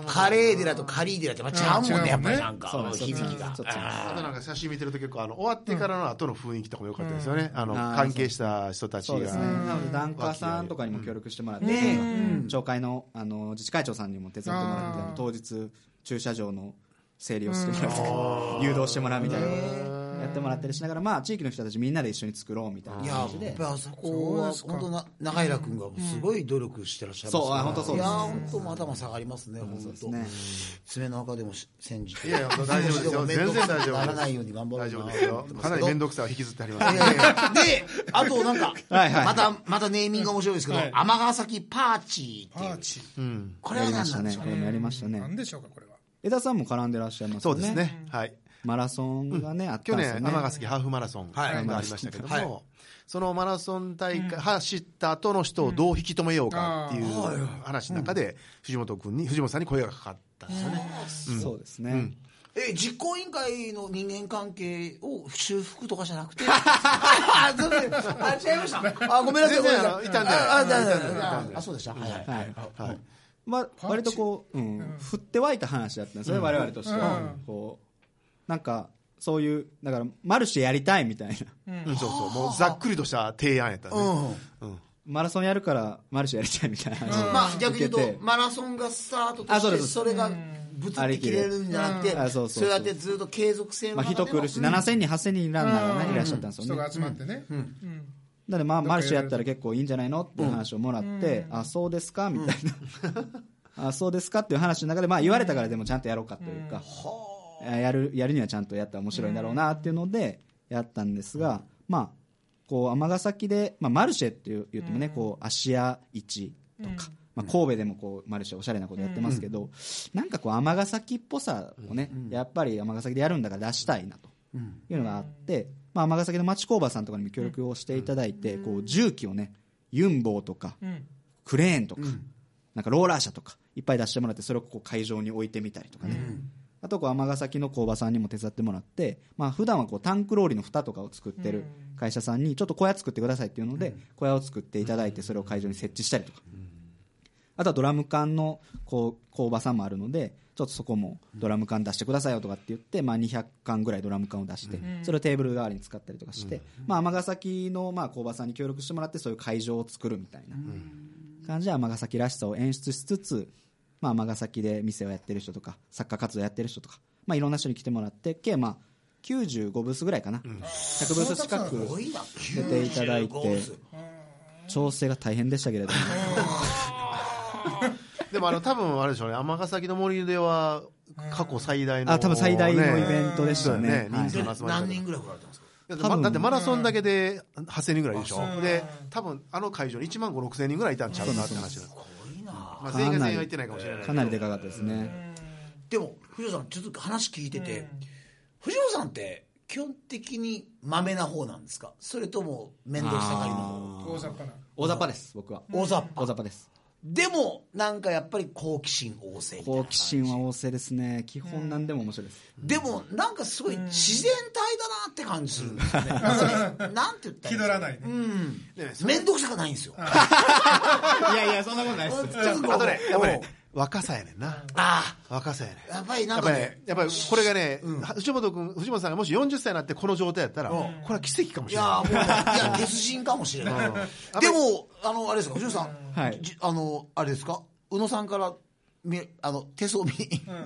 [SPEAKER 1] カレーデラとカリーデラってまあ違うもんね
[SPEAKER 3] 違
[SPEAKER 1] や
[SPEAKER 3] う
[SPEAKER 1] っ
[SPEAKER 3] も
[SPEAKER 1] ぱ
[SPEAKER 3] んね
[SPEAKER 1] りなんか
[SPEAKER 4] そうなんです
[SPEAKER 1] 響きが
[SPEAKER 4] そうなんです
[SPEAKER 2] あとなんか写真見てると結構あの終わってからの後の雰囲気とかも良かったですよね、あの関係した人たち
[SPEAKER 4] そうですね
[SPEAKER 2] が
[SPEAKER 4] なのでダンカーさんとかにも協力してもらって、町会のあの自治会長さんにも手伝ってもらってあの当日駐車場の整理をしてもらうとか誘導してもらうみたいなやってもらったりしながら、まあ、地域の人たちみんなで一緒に作ろうみたい
[SPEAKER 1] い
[SPEAKER 4] な
[SPEAKER 1] や
[SPEAKER 4] 感じ
[SPEAKER 1] やっ
[SPEAKER 4] で。
[SPEAKER 1] ぱあそこは本当な永浦君がすごい努力してらっしゃいますね
[SPEAKER 4] そうあ本当そうです
[SPEAKER 1] いや本当頭下がりますね本当
[SPEAKER 4] ね
[SPEAKER 1] 爪の赤でもし煎じて
[SPEAKER 2] いやいや大丈夫ですよ
[SPEAKER 1] 面倒くさく
[SPEAKER 2] 全然大丈夫です
[SPEAKER 1] ならないように頑張ろうな
[SPEAKER 2] 大
[SPEAKER 1] と
[SPEAKER 2] 丈夫
[SPEAKER 1] 思
[SPEAKER 2] です
[SPEAKER 1] っ
[SPEAKER 2] よ
[SPEAKER 1] てますけど
[SPEAKER 2] かなり面倒くさを引きずってありま
[SPEAKER 1] い
[SPEAKER 2] す
[SPEAKER 1] やいやであとなんか
[SPEAKER 4] はいはい
[SPEAKER 1] またまたネーミングが面白いですけど
[SPEAKER 3] はい
[SPEAKER 1] 尼崎パーチーっ
[SPEAKER 3] パ
[SPEAKER 1] ていう
[SPEAKER 3] ーチ
[SPEAKER 2] うん
[SPEAKER 1] これ
[SPEAKER 4] や
[SPEAKER 1] は
[SPEAKER 4] りま
[SPEAKER 1] 何
[SPEAKER 4] し
[SPEAKER 1] なん
[SPEAKER 4] た
[SPEAKER 1] でし
[SPEAKER 4] ね
[SPEAKER 1] ょう
[SPEAKER 4] これもやりました
[SPEAKER 3] なん
[SPEAKER 4] ね
[SPEAKER 3] でしょうかこれは
[SPEAKER 4] 江田さんも絡んでらっしゃいます
[SPEAKER 2] そ
[SPEAKER 4] よ
[SPEAKER 2] うですねはい
[SPEAKER 4] マラソンがね、あった
[SPEAKER 2] 去
[SPEAKER 4] んですよ
[SPEAKER 2] 年
[SPEAKER 4] ね
[SPEAKER 2] 尼崎ハーフマラソンが
[SPEAKER 1] はい
[SPEAKER 2] ありましたけども、
[SPEAKER 1] はい
[SPEAKER 2] そのマラソン大会、走った後の人をどう引き止めようかっていう
[SPEAKER 1] うんあー
[SPEAKER 2] 話の中で藤本君に藤本さんに声がかかったんですよね。
[SPEAKER 4] そうですね、
[SPEAKER 1] え実行委員会の人間関係を修復とかじゃな くてあそうですあ違いましたあごめんなさいごめんな
[SPEAKER 2] 全然あ
[SPEAKER 1] さ
[SPEAKER 2] の
[SPEAKER 1] い
[SPEAKER 2] いたんで
[SPEAKER 1] ああだだだ
[SPEAKER 2] いたんで
[SPEAKER 1] あそうでしたはいはい
[SPEAKER 4] はい
[SPEAKER 2] はい
[SPEAKER 4] まあ、割とこう、うん、振って湧いた話だったんですよね、我々としては、
[SPEAKER 3] うん
[SPEAKER 4] こうなんかそういうだからマルシェやりたいみたいな
[SPEAKER 2] うん、そうそうもうざっくりとした提案やったね、
[SPEAKER 1] うん
[SPEAKER 4] マラソンやるからマルシェやりたいみたいな話、
[SPEAKER 1] まあ逆に言う
[SPEAKER 4] 受け
[SPEAKER 1] と
[SPEAKER 4] て
[SPEAKER 1] マラソンがスタートと
[SPEAKER 4] あそう
[SPEAKER 1] して
[SPEAKER 4] です
[SPEAKER 1] それがぶつって切れるんじゃなく
[SPEAKER 4] うんあそ
[SPEAKER 1] てそ
[SPEAKER 4] うそうそう
[SPEAKER 1] うやってずっと継続性の
[SPEAKER 4] まあ、
[SPEAKER 1] 中で
[SPEAKER 4] 人
[SPEAKER 1] の
[SPEAKER 4] 来るし、7000人8000人ランナーが、ねいらっしゃったんですよ
[SPEAKER 3] 人
[SPEAKER 4] ね
[SPEAKER 3] が集まってね
[SPEAKER 4] なのでまあマルシェやったら結構いいんじゃないのっていう話をもらって、あそうですかみたいな、あそうですかっていう話の中で、まあ、言われたからでもちゃんとやろうかというか、あやるやるにはちゃんとやったら面白いんだろうなっていうのでやったんですが、まあこう尼崎で、まあ、マルシェっていう言ってもね、こう芦屋市とか、まあ、神戸でもこうマルシェおしゃれなことやってますけど、なんかこう尼崎っぽさをね、やっぱり尼崎でやるんだから出したいなと。いうのがあって、まあ、尼崎の町工場さんとかにも協力をしていただいて、こう重機をねユンボーとか、
[SPEAKER 3] ん
[SPEAKER 4] クレーンとか、なんかローラー車とかいっぱい出してもらってそれをこう会場に置いてみたりとかね、あとこう尼崎の工場さんにも手伝ってもらって、まあ普段はこうタンクローリーの蓋とかを作ってる会社さんにちょっと小屋作ってくださいっていうので小屋を作っていただいてそれを会場に設置したりとか、あとはドラム缶のこう工場さんもあるのでちょっとそこもドラム缶出してくださいよとかって言って、まあ、200缶ぐらいドラム缶を出して、それをテーブル代わりに使ったりとかして尼、まあ、尼崎のまあ工場さんに協力してもらってそういう会場を作るみたいな感じで尼崎らしさを演出しつつまあ尼崎で店をやってる人とかサッカー活動やってる人とか、まあ、いろんな人に来てもらって計まあ95ブースぐらいかな、100ブース近
[SPEAKER 1] すご
[SPEAKER 4] く
[SPEAKER 1] いな
[SPEAKER 4] 出ていただいて
[SPEAKER 1] 95です
[SPEAKER 4] 調整が大変でしたけれども。
[SPEAKER 2] でもあの多分あれでしょうね尼崎の森では過去最大の、
[SPEAKER 4] あ多分最大のイベントでした
[SPEAKER 2] そ
[SPEAKER 4] ね
[SPEAKER 2] うだ
[SPEAKER 4] はい
[SPEAKER 2] 人数の集まり方
[SPEAKER 1] 何人ぐらい来られたんですか
[SPEAKER 2] だって
[SPEAKER 4] 多分
[SPEAKER 2] だってマラソンだけで8000人ぐらいでしょ、で多分あの会場に1万56000人ぐらいいたんちゃうかなって話なんです
[SPEAKER 1] すごいな
[SPEAKER 2] まあ、全員が全員は行ってないかもしれないけど
[SPEAKER 4] かなりでかかったですね、
[SPEAKER 1] でも藤野さんちょっと話聞いてて、藤野さんって基本的にまめな方なんですかそれとも面倒くさがりの方
[SPEAKER 3] 大雑把な
[SPEAKER 4] 大雑把です僕は
[SPEAKER 1] 大雑把
[SPEAKER 4] 大雑把です
[SPEAKER 1] でもなんかやっぱり好奇心旺盛みたいな
[SPEAKER 4] 好奇心は旺盛ですね基本何でも面白いです、
[SPEAKER 1] でもなんかすごい自然体だなって感じするんですよねなんかねなんて言った
[SPEAKER 3] 気取らないね
[SPEAKER 2] でね
[SPEAKER 1] 面倒くさくないんですよ
[SPEAKER 4] いやいやそんなことないです
[SPEAKER 1] ちょっとこう
[SPEAKER 2] あとねやっぱりね
[SPEAKER 1] うん
[SPEAKER 2] 若さやねんな
[SPEAKER 1] あ
[SPEAKER 2] 若さやねん
[SPEAKER 1] あやっぱり
[SPEAKER 2] や
[SPEAKER 1] な
[SPEAKER 2] っ
[SPEAKER 1] ん
[SPEAKER 2] ぱ
[SPEAKER 1] か
[SPEAKER 2] り
[SPEAKER 1] ね
[SPEAKER 2] ねやっぱりこれがね、藤本君藤本さんがもし40歳になってこの状態やったら、これは奇跡かもし
[SPEAKER 1] い
[SPEAKER 2] れ
[SPEAKER 1] や
[SPEAKER 2] な
[SPEAKER 1] もういや鉄人かもしれないでもあのあれですか藤野さん、
[SPEAKER 4] はい
[SPEAKER 1] じあのあれですか宇野さんからみあの手相見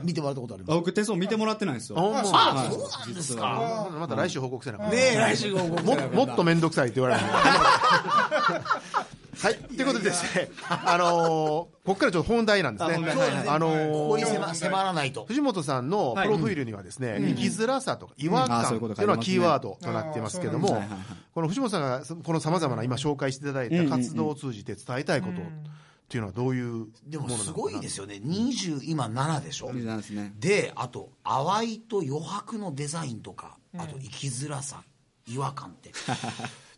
[SPEAKER 1] 見てもらったことあります
[SPEAKER 4] 僕手相見てもらってないんです
[SPEAKER 2] い。あほん
[SPEAKER 4] よ
[SPEAKER 2] ま
[SPEAKER 1] あそうなんですか
[SPEAKER 2] まだまた来週報告せなあかん
[SPEAKER 1] ねえ来週ご報告
[SPEAKER 2] ももっと面倒くさいって言われるはいということでですねあのーここからちょっと本題なんですね
[SPEAKER 4] あ本題
[SPEAKER 1] そうですね
[SPEAKER 2] あの
[SPEAKER 1] ここに
[SPEAKER 2] ー
[SPEAKER 1] 迫迫らないと
[SPEAKER 2] 藤本さんのプロフィールにはですね、生きづらさとか違和
[SPEAKER 4] うんあ
[SPEAKER 2] 感
[SPEAKER 4] ー
[SPEAKER 2] と
[SPEAKER 4] そ
[SPEAKER 2] い
[SPEAKER 4] ういうこと書
[SPEAKER 2] う
[SPEAKER 4] い
[SPEAKER 2] のは
[SPEAKER 4] てます
[SPEAKER 2] キ
[SPEAKER 4] ね
[SPEAKER 2] ーワードとなっていますけど
[SPEAKER 4] うん
[SPEAKER 2] も
[SPEAKER 4] はいはいはい、
[SPEAKER 2] この藤本さんがそこの様々な今紹介していただいた活動を通じて伝えたいことっていうのはどういうも
[SPEAKER 1] で
[SPEAKER 2] のな
[SPEAKER 1] も
[SPEAKER 2] の。
[SPEAKER 1] すごいですすよね20今7でしょ
[SPEAKER 4] 27ですね
[SPEAKER 1] であと淡いと余白のデザインとかあと生きづらさ違和感って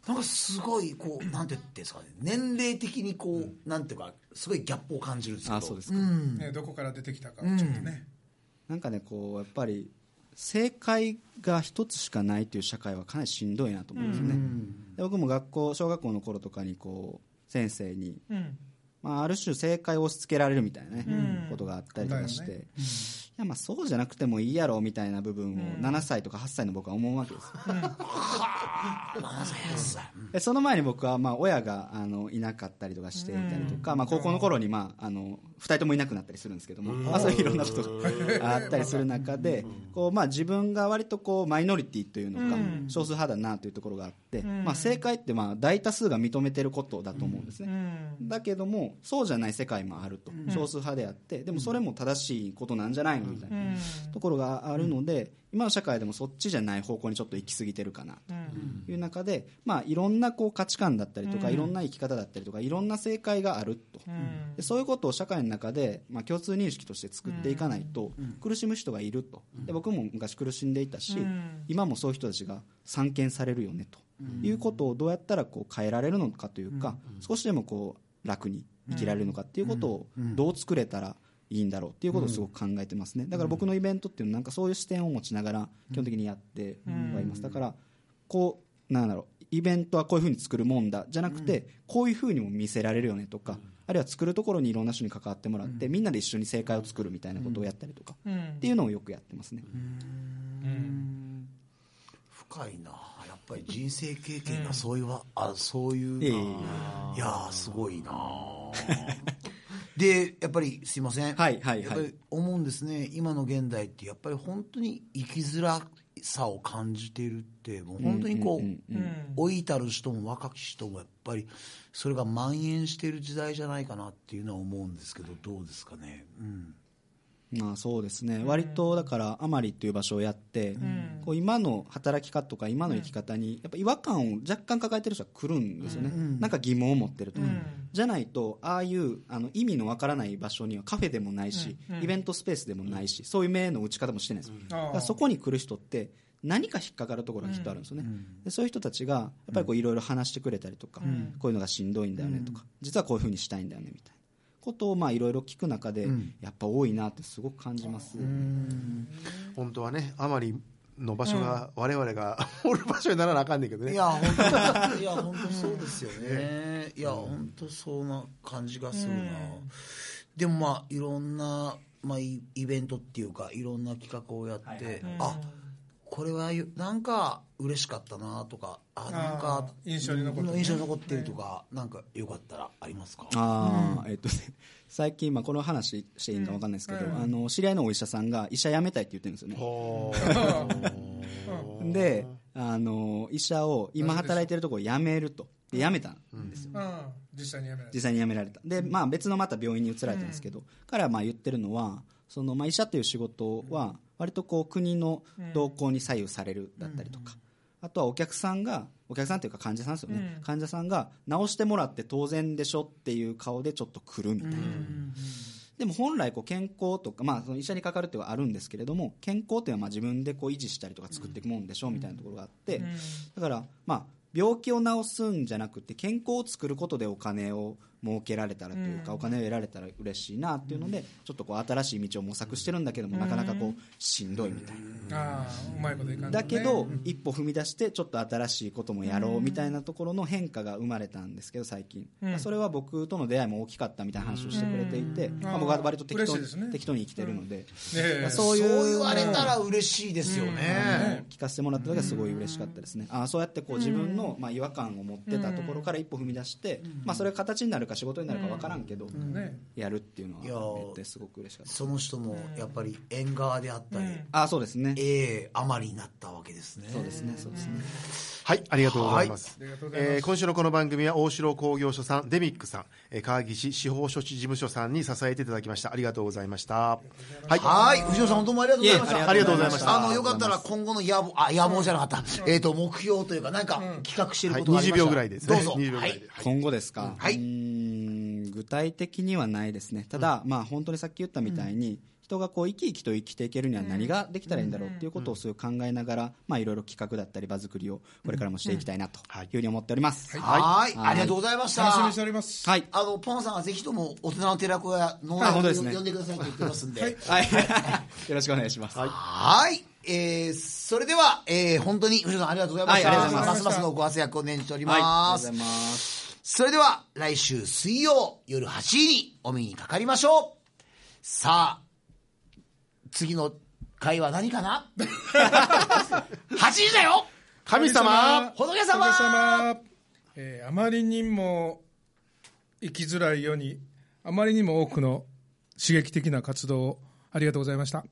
[SPEAKER 1] なんかすごいこうなんて言ってんですかね年齢的にこうなんていうかすごいギャップを感じるんですけど
[SPEAKER 4] あそうですか、
[SPEAKER 3] ねどこから出てきたかをちょっとね
[SPEAKER 4] なんかねこうやっぱり正解が一つしかないという社会はかなりしんどいなと思うんですよね、で僕も学校小学校の頃とかにこう先生に
[SPEAKER 3] うん
[SPEAKER 4] まあ、ある種正解を押し付けられるみたいなね、ことがあったりとかして、
[SPEAKER 3] だよ
[SPEAKER 4] いやまあそうじゃなくてもいいやろみたいな部分を7歳とか8歳の僕は思うわけですよ、でその前に僕はまあ親があのいなかったりとかしていたりとか、まあ、高校の頃にまああの2人ともいなくなったりするんですけども、まあ、そういういろんなことがあったりする中でこう、まあ、自分が割とこうマイノリティというのか少数派だなというところがあって、まあ、正解ってまあ大多数が認めてることだと思うんですね。だけどもそうじゃない世界もあると、少数派であってでもそれも正しいことなんじゃないのみたいなところがあるので、今の社会でもそっちじゃない方向にちょっと行き過ぎてるかなという中で、まあ、いろんなこう価値観だったりとか、いろんな生き方だったりとかいろんな正解があると、でそういうことを社会の中で、まあ、共通認識として作っていかないと、苦しむ人がいるとで僕も昔苦しんでいたし、今もそういう人たちが散見されるよねと。いうことをどうやったらこう変えられるのかというか、少しでもこう楽に生きられるのかっていうことをどう作れたらいいんだろうっていうことをすごく考えてますねだから僕のイベントっていうのはなんかそういう視点を持ちながら基本的にやってはいますだからこうなんだろうイベントはこういうふうに作るもんだじゃなくてこういうふうにも見せられるよねとかあるいは作るところにいろんな人に関わってもらってみんなで一緒に正解を作るみたいなことをやったりとかっていうのをよくやってますね
[SPEAKER 1] 深いなやっぱり人生経験がそういうわ、あそういうない
[SPEAKER 4] えいえ
[SPEAKER 1] いやーすごいな でやっぱりすいません、
[SPEAKER 4] はいはいはい
[SPEAKER 1] やっぱり思うんですね今の現代ってやっぱり本当に生きづらさを感じているってもう本当にこう,、老いたる人も若き人もやっぱりそれが蔓延している時代じゃないかなっていうのは思うんですけどどうですかね、うん、
[SPEAKER 4] まあそうですね、割とだからアマリっていう場所をやって、こう今の働き方とか今の生き方にやっぱ違和感を若干抱えてる人は来るんですよね、なんか疑問を持ってるとか、じゃないとああいうあの意味のわからない場所にはカフェでもないし、イベントスペースでもないし、そういう目の打ち方もしてないです、だからそこに来る人って何か引っかかるところがきっとあるんですよね、でそういう人たちがやっぱりこういろいろ話してくれたりとか、こういうのがしんどいんだよねとか、実はこういうふうにしたいんだよねみたいな。ことをまあいろいろ聞く中で、やっぱ多いなってすごく感じます、
[SPEAKER 2] 本当はねあまりの場所が我々が おる場所にならなあかんねんけどね
[SPEAKER 1] い や本当いや本当そうですよね。いや本当そんな感じがするな。でもまあいろんなまあイイベントっていうかいろんな企画をやって、あこれはゆなんか嬉しかったなとかあなんか
[SPEAKER 3] あー印象に残ってるね
[SPEAKER 1] 印象に残ってるとか、なんかよかったらありますか。
[SPEAKER 4] ああ、えっとね、 最近、まあ、この話していいのか分かんないですけど、あの知り合いのお医者さんが医者辞めたいって言ってるんですよね
[SPEAKER 2] おー
[SPEAKER 4] であの医者を今働いてるところ辞めるとで辞めたんですよ、
[SPEAKER 3] うん実際にやめない
[SPEAKER 4] 実際に辞められたで、まあ、別のまた病院に移られたんですけど、彼はまあ言ってるのはその、まあ、医者という仕事は割とこう国の動向に左右されるだったりとか、あとはお客さんがお客さんというか患者さんですよね、患者さんが治してもらって当然でしょっていう顔でちょっと来るみたいな。でも本来こう健康とか、まあ、その医者にかかるっていうのはあるんですけれども健康っていうのはまあ自分でこう維持したりとか作っていくもんでしょうみたいなところがあってだからまあ病気を治すんじゃなくて健康を作ることでお金を儲けられたらというかお金を得られたら嬉しいなっていうのでちょっとこう新しい道を模索してるんだけどもなかなかこうしんどいみたいな。
[SPEAKER 3] ああうまいこといかんとね
[SPEAKER 4] だけど、一歩踏み出してちょっと新しいこともやろうみたいなところの変化が生まれたんですけど最近、まあそれは僕との出会いも大きかったみたいな話をしてくれていて、まあ、僕は割と適当
[SPEAKER 3] 嬉しいです
[SPEAKER 4] に
[SPEAKER 3] ね
[SPEAKER 4] 適当に生きてるので、
[SPEAKER 3] ええ
[SPEAKER 4] そういう
[SPEAKER 1] そう言われたら嬉しいですよね。
[SPEAKER 4] 聞かせてもらった時はすごい嬉しかったですね、ああそうやってこう自分のまあ違和感を持ってたところから一歩踏み出して、まあ、それが形になるか仕事になるか分からんけど、
[SPEAKER 3] ね
[SPEAKER 4] やるっていうの
[SPEAKER 1] いや
[SPEAKER 4] は
[SPEAKER 1] ー
[SPEAKER 4] めっちゃすごく嬉しかった
[SPEAKER 1] その人もやっぱり縁側であったり、
[SPEAKER 4] ああそうですね
[SPEAKER 1] ええあまりになったわけですね。
[SPEAKER 4] そうですねそうですね、
[SPEAKER 2] はい、ありがとうございます。
[SPEAKER 3] はいありがとうございます
[SPEAKER 2] えー今週のこの番組は大城工業所さん、デミックさん、えー川岸司法書士事務所さんに支えていただきました。ありがとうございました。はい、
[SPEAKER 1] はい、藤野さん、どうもありがとうございまし
[SPEAKER 4] いえ
[SPEAKER 1] た。
[SPEAKER 4] ありがとうございました
[SPEAKER 1] あの、よかったら、今後の野望、あ、野望じゃなかった。えっと、目標というか、なんか、企画してる
[SPEAKER 2] はい、
[SPEAKER 1] ことがありま
[SPEAKER 2] 20
[SPEAKER 1] した
[SPEAKER 2] 秒ぐらいですね。
[SPEAKER 1] どうぞ。
[SPEAKER 2] 20秒ぐ
[SPEAKER 1] は
[SPEAKER 2] らい
[SPEAKER 1] い
[SPEAKER 2] で。。
[SPEAKER 4] 今後ですか、
[SPEAKER 1] はいう
[SPEAKER 4] ーん具体的にはないですね、ただ、まあ、本当にさっき言ったみたいに、人がこう生き生きと生きていけるには何ができたらいいんだろうっていうことをすごい考えながら、まあ、いろいろ企画だったり、場作りをこれからもしていきたいなというふうに思っております。
[SPEAKER 1] はい。
[SPEAKER 4] はい
[SPEAKER 1] ありがとうございました。
[SPEAKER 3] 楽しみにしております
[SPEAKER 4] はい、
[SPEAKER 1] あの、ポンさんはぜひとも、大人の寺子屋の、
[SPEAKER 4] あ本当ですね
[SPEAKER 1] 呼んでくださいと言ってますんで。
[SPEAKER 4] はいよろしくお願いします。
[SPEAKER 1] はい。えー、それでは、えー、本当に、藤野さんありがとうございました。
[SPEAKER 4] はいありがとうございま
[SPEAKER 1] ま
[SPEAKER 4] し
[SPEAKER 1] す
[SPEAKER 4] た
[SPEAKER 1] ますのご活躍を念じており
[SPEAKER 4] はいあ
[SPEAKER 1] ま
[SPEAKER 4] りが
[SPEAKER 1] す
[SPEAKER 4] とう。ございます。
[SPEAKER 1] それでは来週水曜夜8時にお目にかかりましょうさあ次の回は何かな ?8 時だよ
[SPEAKER 2] 神様
[SPEAKER 1] 仏様
[SPEAKER 3] 仏様えーあまりにも生きづらい世にあまりにも多くの刺激的な活動をありがとうございました